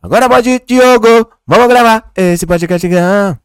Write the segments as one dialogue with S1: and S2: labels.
S1: Agora pode, Diogo. Vamos gravar esse podcast. aqui. Ah.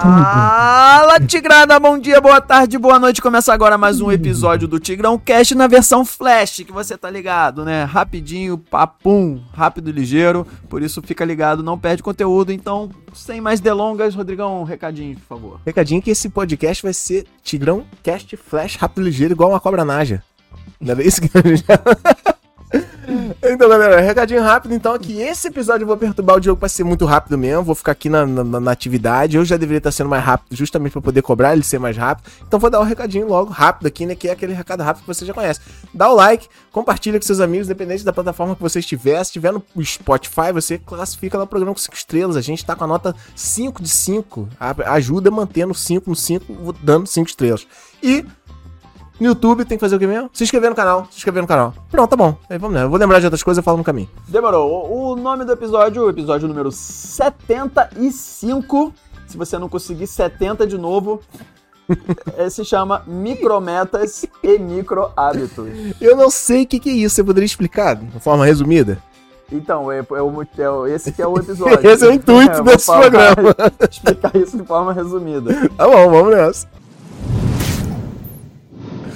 S2: Fala, Tigrada! Bom dia, boa tarde, boa noite. Começa agora mais um episódio do Tigrão Cast na versão flash, que você tá ligado, né? Rapidinho, papum, rápido e ligeiro. Por isso, fica ligado, não perde conteúdo. Então, sem mais delongas, Rodrigão, um recadinho, por favor.
S1: Recadinho que esse podcast vai ser Tigrão Cast Flash rápido e ligeiro, igual uma cobra naja. Não era isso que eu já- Então, galera, recadinho rápido, então, que esse episódio eu vou perturbar o Diogo pra ser muito rápido mesmo. Vou ficar aqui na, na- na atividade. Eu já deveria estar sendo mais rápido, justamente pra poder cobrar ele ser mais rápido. Então, vou dar o recadinho logo, rápido aqui, né? Que é aquele recado rápido que você já conhece. Dá o like, compartilha com seus amigos, independente da plataforma que você estiver. Se estiver no Spotify, você classifica lá o programa com 5 estrelas. A gente tá com a nota 5 de 5. A- Ajuda mantendo 5 no 5, dando 5 estrelas. E no YouTube tem que fazer o que mesmo? Se inscrever no canal. Se inscrever no canal. Pronto, tá bom. Aí vamos lá. Eu vou lembrar de outras coisas, eu falo no caminho.
S2: Demorou. O o nome do episódio, o episódio número 75. Se você não conseguir 70 de novo, eh, se chama Micrometas e Microhábitos.
S1: Eu não sei o que, que é isso. Você poderia explicar de forma resumida?
S2: Então, é, é o, mo- é o- esse que é o episódio.
S1: Esse é o intuito
S2: eu vou
S1: desse programa.
S2: Explicar isso de forma resumida.
S1: Tá bom, vamos nessa.
S2: Ué,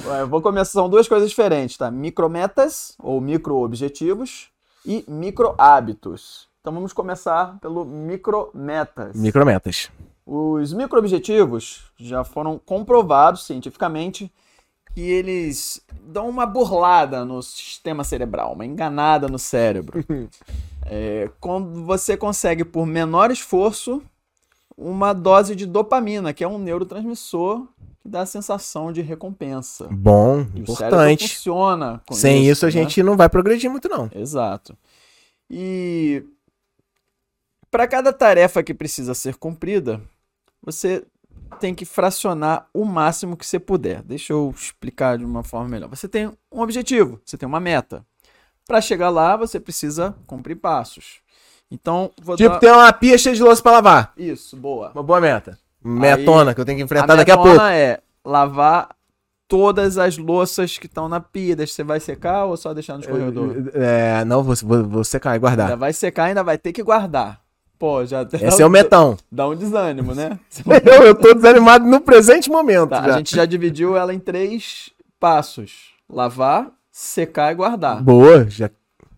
S2: Eu É, vou começar, são duas coisas diferentes, tá? Micrometas, ou microobjetivos, e microhábitos. Então vamos começar pelo micrometas.
S1: Micrometas.
S2: Os microobjetivos já foram comprovados cientificamente que eles dão uma burlada no sistema cerebral, uma enganada no cérebro. É, quando você consegue, por menor esforço, uma dose de dopamina, que é um neurotransmissor que dá a sensação de recompensa.
S1: Bom,
S2: E o cérebro
S1: importante.
S2: funciona com
S1: Sem isso, a
S2: né?
S1: gente não vai progredir muito, não.
S2: Exato. E para cada tarefa que precisa ser cumprida, você tem que fracionar o máximo que você puder. Deixa eu explicar de uma forma melhor. Você tem um objetivo, você tem uma meta. Para chegar lá, você precisa cumprir passos. Então, vou
S1: Tipo,
S2: dar...
S1: tem uma pia cheia de louça pra lavar.
S2: Isso, boa.
S1: Uma boa meta. Metona que eu tenho que enfrentar
S2: a
S1: daqui a
S2: metona
S1: pouco.
S2: é lavar todas as louças que estão na pia. Deixa- Você vai secar ou só deixar no escorredor?
S1: É, não, vou, vou, vou secar e
S2: Ainda
S1: guardar.
S2: vai secar, ainda vai ter que guardar. Pô, já
S1: Tá. Esse é o metão.
S2: Dá um desânimo, né?
S1: eu, eu tô desanimado no presente momento.
S2: Tá,
S1: já.
S2: a gente já dividiu ela em três passos: lavar, secar e guardar.
S1: Boa, já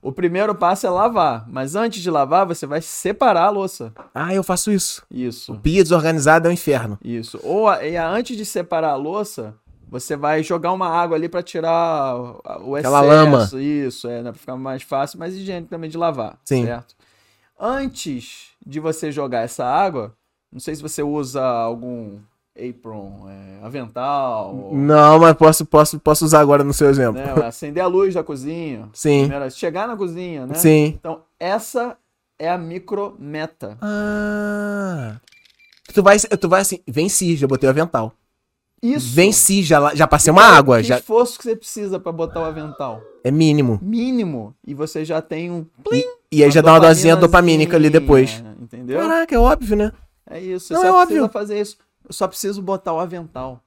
S2: O primeiro passo é lavar, mas antes de lavar, você vai separar a louça.
S1: Ah, eu faço isso.
S2: Isso,
S1: Pia desorganizada é um inferno.
S2: isso. Ou a- e a- antes de separar a louça, você vai jogar uma água ali pra tirar o- a- o excesso.
S1: Aquela lama.
S2: Isso, é, né, pra ficar mais fácil, mais higiênico também de lavar.
S1: Sim.
S2: Certo? Antes de você jogar essa água, não sei se você usa algum apron, é, avental. ou-
S1: Não, mas posso, posso, posso usar agora no seu exemplo.
S2: né? Acender a luz da cozinha.
S1: Sim,
S2: Primeiro, chegar na cozinha, né?
S1: sim.
S2: Então, essa é a micrometa.
S1: Ah. Tu vai, tu vai assim, venci, já botei o avental.
S2: Isso. é
S1: Venci, já, la- já passei uma água,
S2: que
S1: já
S2: esforço que você precisa pra botar o avental.
S1: é mínimo.
S2: Mínimo. E você já tem um...
S1: E aí já dá uma dosinha dopamínica ali depois.
S2: Entendeu?
S1: Caraca, é óbvio, né?
S2: É isso. Você
S1: Não,
S2: só
S1: é
S2: precisa
S1: óbvio.
S2: fazer isso. Eu só preciso botar o avental.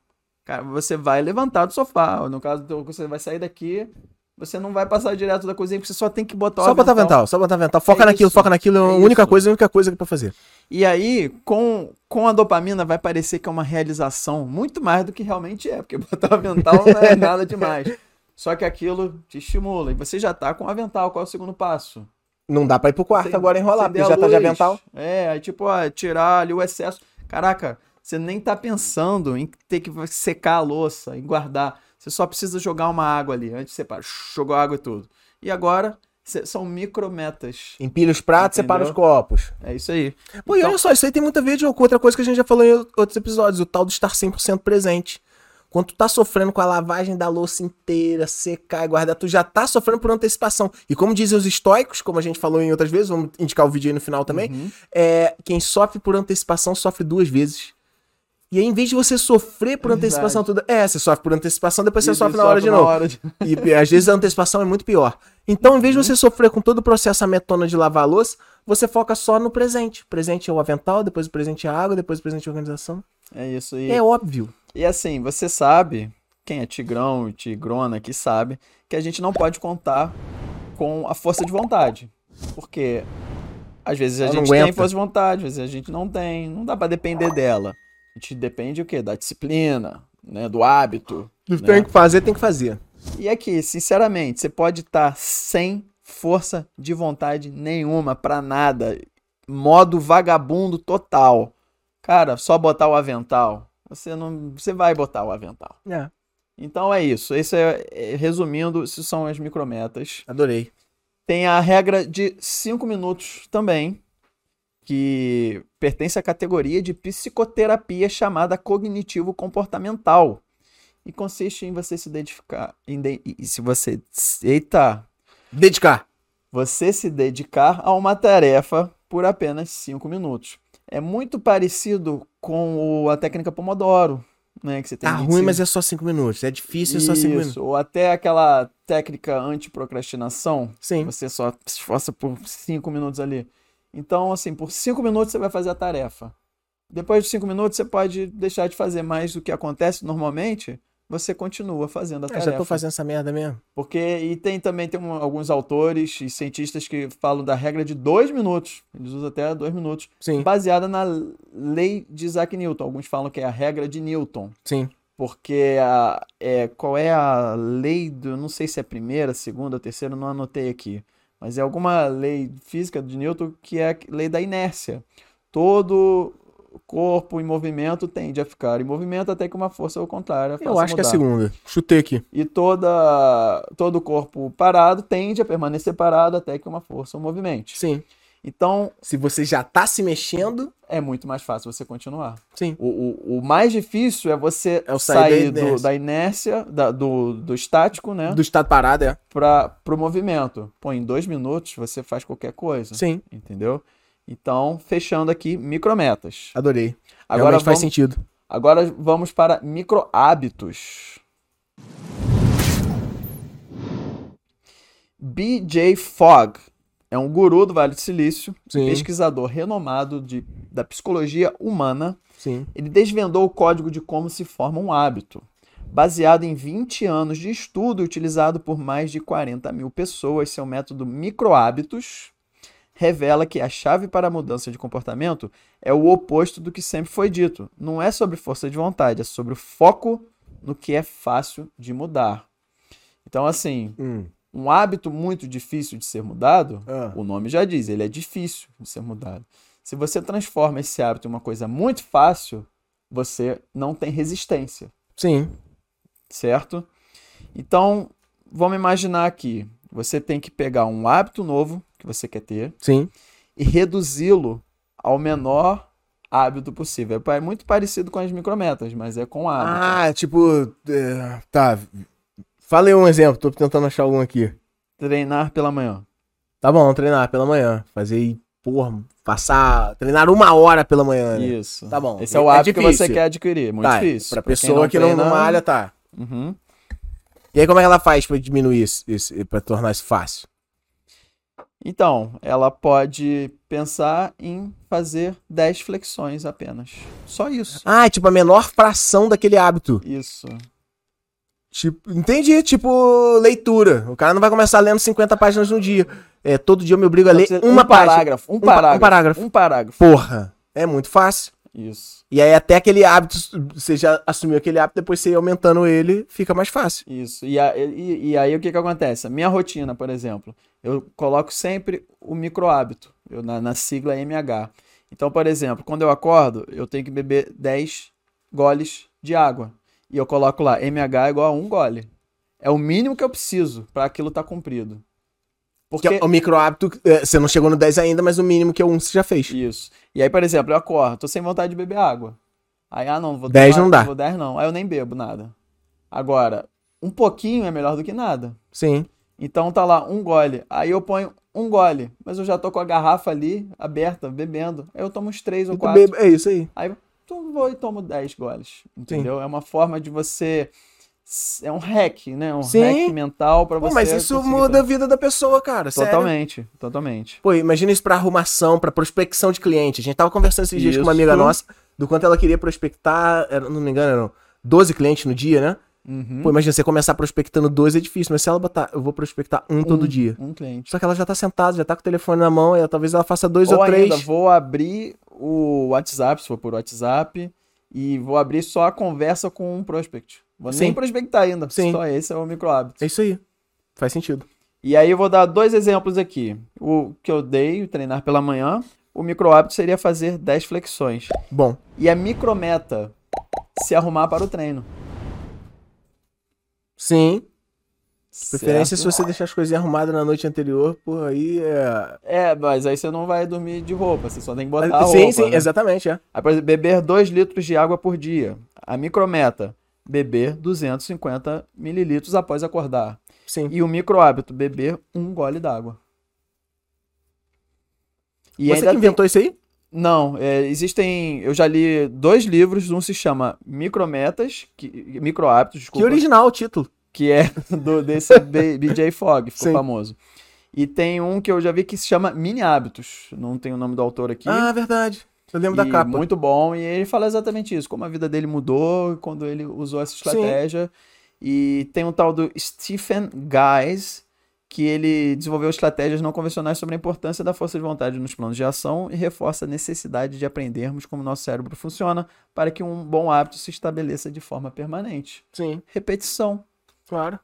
S2: Cara, você vai levantar do sofá. ou No caso, do- você vai sair daqui. Você não vai passar direto da cozinha, porque você só tem que botar
S1: Só botar avental, só botar avental. Foca
S2: É
S1: naquilo,
S2: isso.
S1: foca naquilo. É a
S2: É
S1: única
S2: isso.
S1: coisa, a única coisa que é pra fazer.
S2: E aí, com, com a dopamina, vai parecer que é uma realização muito mais do que realmente é, porque botar o avental não é nada demais. Só que aquilo te estimula. E você já tá com o avental, qual é o segundo passo?
S1: Não dá pra ir pro quarto
S2: Acen-
S1: agora enrolar,
S2: acender
S1: porque
S2: a
S1: já tá de
S2: luz.
S1: avental.
S2: É, aí tipo, ó, tirar ali o excesso. Caraca, você nem tá pensando em ter que secar a louça, em guardar. Você só precisa jogar uma água ali. Antes você para, jogou água e tudo. E agora, cê- são micrometas.
S1: Empilha os pratos, separa os
S2: Entendeu?
S1: copos. Então
S2: É isso aí.
S1: Pô, e olha só, isso aí tem muito a ver de- com outra coisa que a gente já falou em ou- outros episódios, o tal de estar 100% presente. Quando tu tá sofrendo com a lavagem da louça inteira, secar e guardar, tu já tá sofrendo por antecipação. E como dizem os estoicos, como a gente falou em outras vezes, vamos indicar o vídeo aí no final também,
S2: Uhum.
S1: é, quem sofre por antecipação sofre duas vezes. E aí, em vez de você sofrer por
S2: É
S1: antecipação toda. É, você sofre por antecipação, depois você
S2: E- e
S1: sofre na hora de novo.
S2: hora de-
S1: E às vezes a antecipação é muito pior. Então, em vez
S2: Uhum.
S1: de você sofrer com todo o processo ametona de lavar a louça, você foca só no presente. O presente é o avental, depois o presente é a água, depois o presente é a organização.
S2: É isso aí.
S1: É óbvio.
S2: E assim, você sabe, quem é tigrão e tigrona aqui sabe, que a gente não pode contar com a força de vontade. Porque às vezes a
S1: Ela não
S2: gente tem
S1: aguenta.
S2: força de vontade, às vezes a gente não tem. Não dá pra depender dela. A gente depende o quê? Da disciplina, né? Do hábito. é.
S1: Tem que fazer, tem que fazer.
S2: E aqui, sinceramente, você pode estar sem força de vontade nenhuma pra nada. Modo vagabundo total. Cara, só botar o avental. Você não, você vai botar o avental.
S1: É,
S2: Então é isso. Esse é, é, resumindo, isso são as micrometas.
S1: adorei.
S2: Tem a regra de 5 minutos também, que pertence à categoria de psicoterapia chamada cognitivo comportamental. E consiste em você se identificar, em de- e se você, eita,
S1: Dedicar.
S2: você se dedicar a uma tarefa por apenas 5 minutos. É muito parecido com o- a técnica Pomodoro, né, que você tem
S1: Tá
S2: 25
S1: ruim, mas é só cinco minutos. É difícil, é só cinco minutos.
S2: isso, ou até aquela técnica anti-procrastinação,
S1: Sim.
S2: você só se esforça por cinco minutos ali. Então, assim, por cinco minutos você vai fazer a tarefa. Depois de cinco minutos você pode deixar de fazer, mas o que acontece normalmente, você continua fazendo a
S1: Eu
S2: tarefa.
S1: É, já tô fazendo essa merda mesmo.
S2: Porque, e tem também tem um- alguns autores e cientistas que falam da regra de dois minutos, eles usam até dois minutos,
S1: Sim,
S2: baseada na lei de Isaac Newton. Alguns falam que é a regra de Newton.
S1: sim.
S2: Porque a, é, qual é a lei do. Não sei se é a primeira, segunda, terceira, não anotei aqui. Mas é alguma lei física de Newton que é a lei da inércia. Todo corpo em movimento tende a ficar em movimento até que uma força contrária faça
S1: Eu acho que é a
S2: mudar.
S1: segunda. Chutei aqui.
S2: E toda, todo corpo parado tende a permanecer parado até que uma força o movimente.
S1: Sim.
S2: Então
S1: Se você já tá se mexendo,
S2: é muito mais fácil você continuar.
S1: sim.
S2: O, o- o mais difícil é você
S1: É o sair da
S2: sair, do-
S1: inércia.
S2: da inércia, da- do, do estático, né?
S1: Do estado parado, é.
S2: Para o movimento. Pô, em dois minutos você faz qualquer coisa.
S1: Sim.
S2: Entendeu? Então, fechando aqui, micrometas.
S1: Adorei.
S2: Agora
S1: Realmente faz
S2: vamos,
S1: sentido.
S2: agora vamos para microhábitos. BJ Fogg é um guru do Vale do Silício,
S1: Sim.
S2: pesquisador renomado de, da psicologia humana
S1: Sim.
S2: ele desvendou o código de como se forma um hábito, baseado em 20 anos de estudo e utilizado por mais de 40 mil pessoas. Seu método microhábitos revela que a chave para a mudança de comportamento é o oposto do que sempre foi dito. Não é sobre força de vontade, é sobre o foco no que é fácil de mudar. Então, assim,
S1: Hum.
S2: um hábito muito difícil de ser mudado
S1: Ah.
S2: o nome já diz, ele é difícil de ser mudado. Se você transforma esse hábito em uma coisa muito fácil, você não tem resistência,
S1: Sim.
S2: certo? Então, vamos imaginar aqui: você tem que pegar um hábito novo que você quer ter
S1: Sim.
S2: e reduzi-lo ao menor hábito possível. É pa- muito parecido com as micrometas, mas é com hábito.
S1: Ah, tipo. é, Tá. Falei um exemplo, tô tentando achar algum aqui.
S2: Treinar pela manhã.
S1: Tá bom, treinar pela manhã. Fazer, porra, passar. Treinar uma hora pela manhã. Né?
S2: Isso.
S1: Tá bom.
S2: Esse é o
S1: É
S2: hábito que
S1: difícil.
S2: você quer adquirir. Muito
S1: tá,
S2: difícil.
S1: Pra
S2: quem
S1: pessoa que não,
S2: treina-
S1: não malha, tá.
S2: Uhum.
S1: E aí, como é que ela faz pra diminuir isso, isso pra tornar isso fácil?
S2: Então, ela pode pensar em fazer 10 flexões apenas. Só isso.
S1: Ah, é tipo a menor fração daquele hábito.
S2: Isso.
S1: Tipo, entendi, tipo leitura. O cara não vai começar lendo 50 páginas no dia. É, todo dia eu me obrigo a ler
S2: Pode ser
S1: uma
S2: um
S1: página.
S2: parágrafo, um
S1: pa- um
S2: parágrafo,
S1: parágrafo.
S2: um parágrafo.
S1: Porra, é muito fácil.
S2: Isso.
S1: E aí até aquele hábito, você já assumiu aquele hábito, depois você ir aumentando ele, fica mais fácil.
S2: Isso. E, a- e- e aí o que que acontece? A minha rotina, por exemplo, eu coloco sempre o micro hábito, eu, na, na sigla MH. Então, por exemplo, quando eu acordo, eu tenho que beber 10 goles de água. E eu coloco lá, MH é igual a um gole. É o mínimo que eu preciso para aquilo estar cumprido.
S1: Porque o micro hábito, é, você não chegou no 10 ainda, mas o mínimo que é um você já fez.
S2: Isso. E aí, por exemplo, eu acordo, tô sem vontade de beber água. Aí, ah, não, vou
S1: Dez
S2: tomar-
S1: não dá.
S2: Vou 10 não. Aí eu nem bebo nada. Agora, um pouquinho é melhor do que nada.
S1: Sim.
S2: Então tá lá, um gole. Aí eu ponho um gole, mas eu já tô com a garrafa ali aberta, bebendo. Aí eu tomo uns três ou
S1: Tu
S2: quatro. Então,
S1: bebe- é isso aí.
S2: Aí tu vou e tomo 10 goles. Entendeu? É uma forma de você É um hack, né? Um
S1: Sim.
S2: hack mental pra
S1: Pô,
S2: você. é né?
S1: mas isso
S2: conseguir
S1: muda a vida da pessoa, cara. sério.
S2: Totalmente, totalmente.
S1: Pô, imagina isso pra arrumação, pra prospecção de cliente. A gente tava conversando esses dias com uma
S2: Isso.
S1: amiga nossa do quanto ela queria prospectar, era- não me engano, eram 12 clientes no dia, né?
S2: Uhum.
S1: Pô, imagina, você começar prospectando 12 é difícil, mas se ela botar, eu vou prospectar um, todo dia.
S2: Um cliente.
S1: Só que ela já tá sentada, já tá com o telefone na mão, e ela- talvez ela faça dois ou,
S2: Ou
S1: três.
S2: ainda, vou abrir o WhatsApp, se for por WhatsApp, e vou abrir só a conversa com um prospect. Vou
S1: Sim.
S2: nem prospectar ainda.
S1: Sim.
S2: Só esse é o micro hábito.
S1: É isso aí. Faz sentido.
S2: E aí eu vou dar dois exemplos aqui. O que eu dei, o treinar pela manhã, o micro hábito seria fazer 10 flexões.
S1: Bom,
S2: E a micrometa, se arrumar para o treino.
S1: sim. Preferência é
S2: certo?
S1: se você deixar as coisinhas arrumadas na noite anterior, por aí é.
S2: É, mas aí você não vai dormir de roupa, você só tem que botar a
S1: sim,
S2: roupa,
S1: sim,
S2: né?
S1: exatamente, é.
S2: Aí, por exemplo, beber 2 litros de água por dia. A micrometa, beber 250 mililitros após acordar.
S1: Sim.
S2: E o micro hábito, beber um gole d'água. E
S1: você
S2: ainda
S1: que inventou isso aí?
S2: Não, é, existem. Eu já li dois livros. Um se chama Micrometas, que, Microhábitos,
S1: Que
S2: desculpa,
S1: original o título.
S2: que é do, desse B- BJ Fogg, ficou
S1: Sim.
S2: famoso. E tem um que eu já vi que se chama Mini Hábitos. Não tem o nome do autor aqui.
S1: Ah, verdade. Eu lembro da
S2: E
S1: capa.
S2: Muito bom. E ele fala exatamente isso, como a vida dele mudou quando ele usou essa estratégia. E tem um tal do Stephen Guys, que ele desenvolveu estratégias não convencionais sobre a importância da força de vontade nos planos de ação e reforça a necessidade de aprendermos como nosso cérebro funciona para que um bom hábito se estabeleça de forma permanente.
S1: Sim,
S2: Repetição.
S1: claro.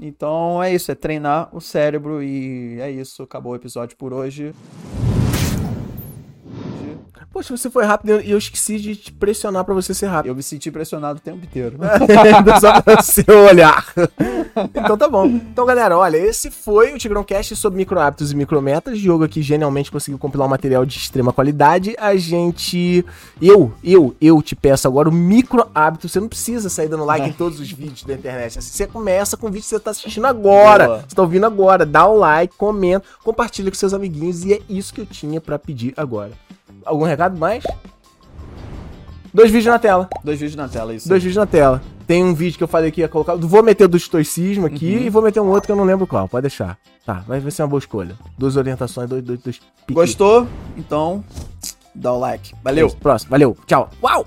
S2: Então é isso, é treinar o cérebro e é isso. Acabou o episódio por hoje.
S1: Poxa, você foi rápido e eu esqueci de te pressionar pra você ser rápido.
S2: Eu me senti pressionado o tempo inteiro.
S1: Só pra seu olhar. então tá bom. Então, galera, olha, esse foi o Tigrão Cast sobre micro hábitos e micrometas. Diogo aqui genialmente conseguiu compilar um material de extrema qualidade. A gente. Eu, eu, eu te peço agora o micro hábito. Você não precisa sair dando like em todos os vídeos da internet. Assim, você começa com o vídeo que você tá assistindo agora.
S2: Boa.
S1: Você tá ouvindo agora. Dá o like, comenta, compartilha com seus amiguinhos. E é isso que eu tinha pra pedir agora. Algum recado mais? Dois vídeos na tela.
S2: Dois vídeos na tela, isso.
S1: Dois vídeos na tela. Tem um vídeo que eu falei que ia colocar. Vou meter o do estoicismo aqui e vou meter um outro que eu não lembro qual. Pode deixar. Tá, vai vai ser uma boa escolha. Duas orientações, dois, dois, dois piques.
S2: Gostou? Então, dá o like. Valeu!
S1: Próximo. Valeu. Tchau. Uau!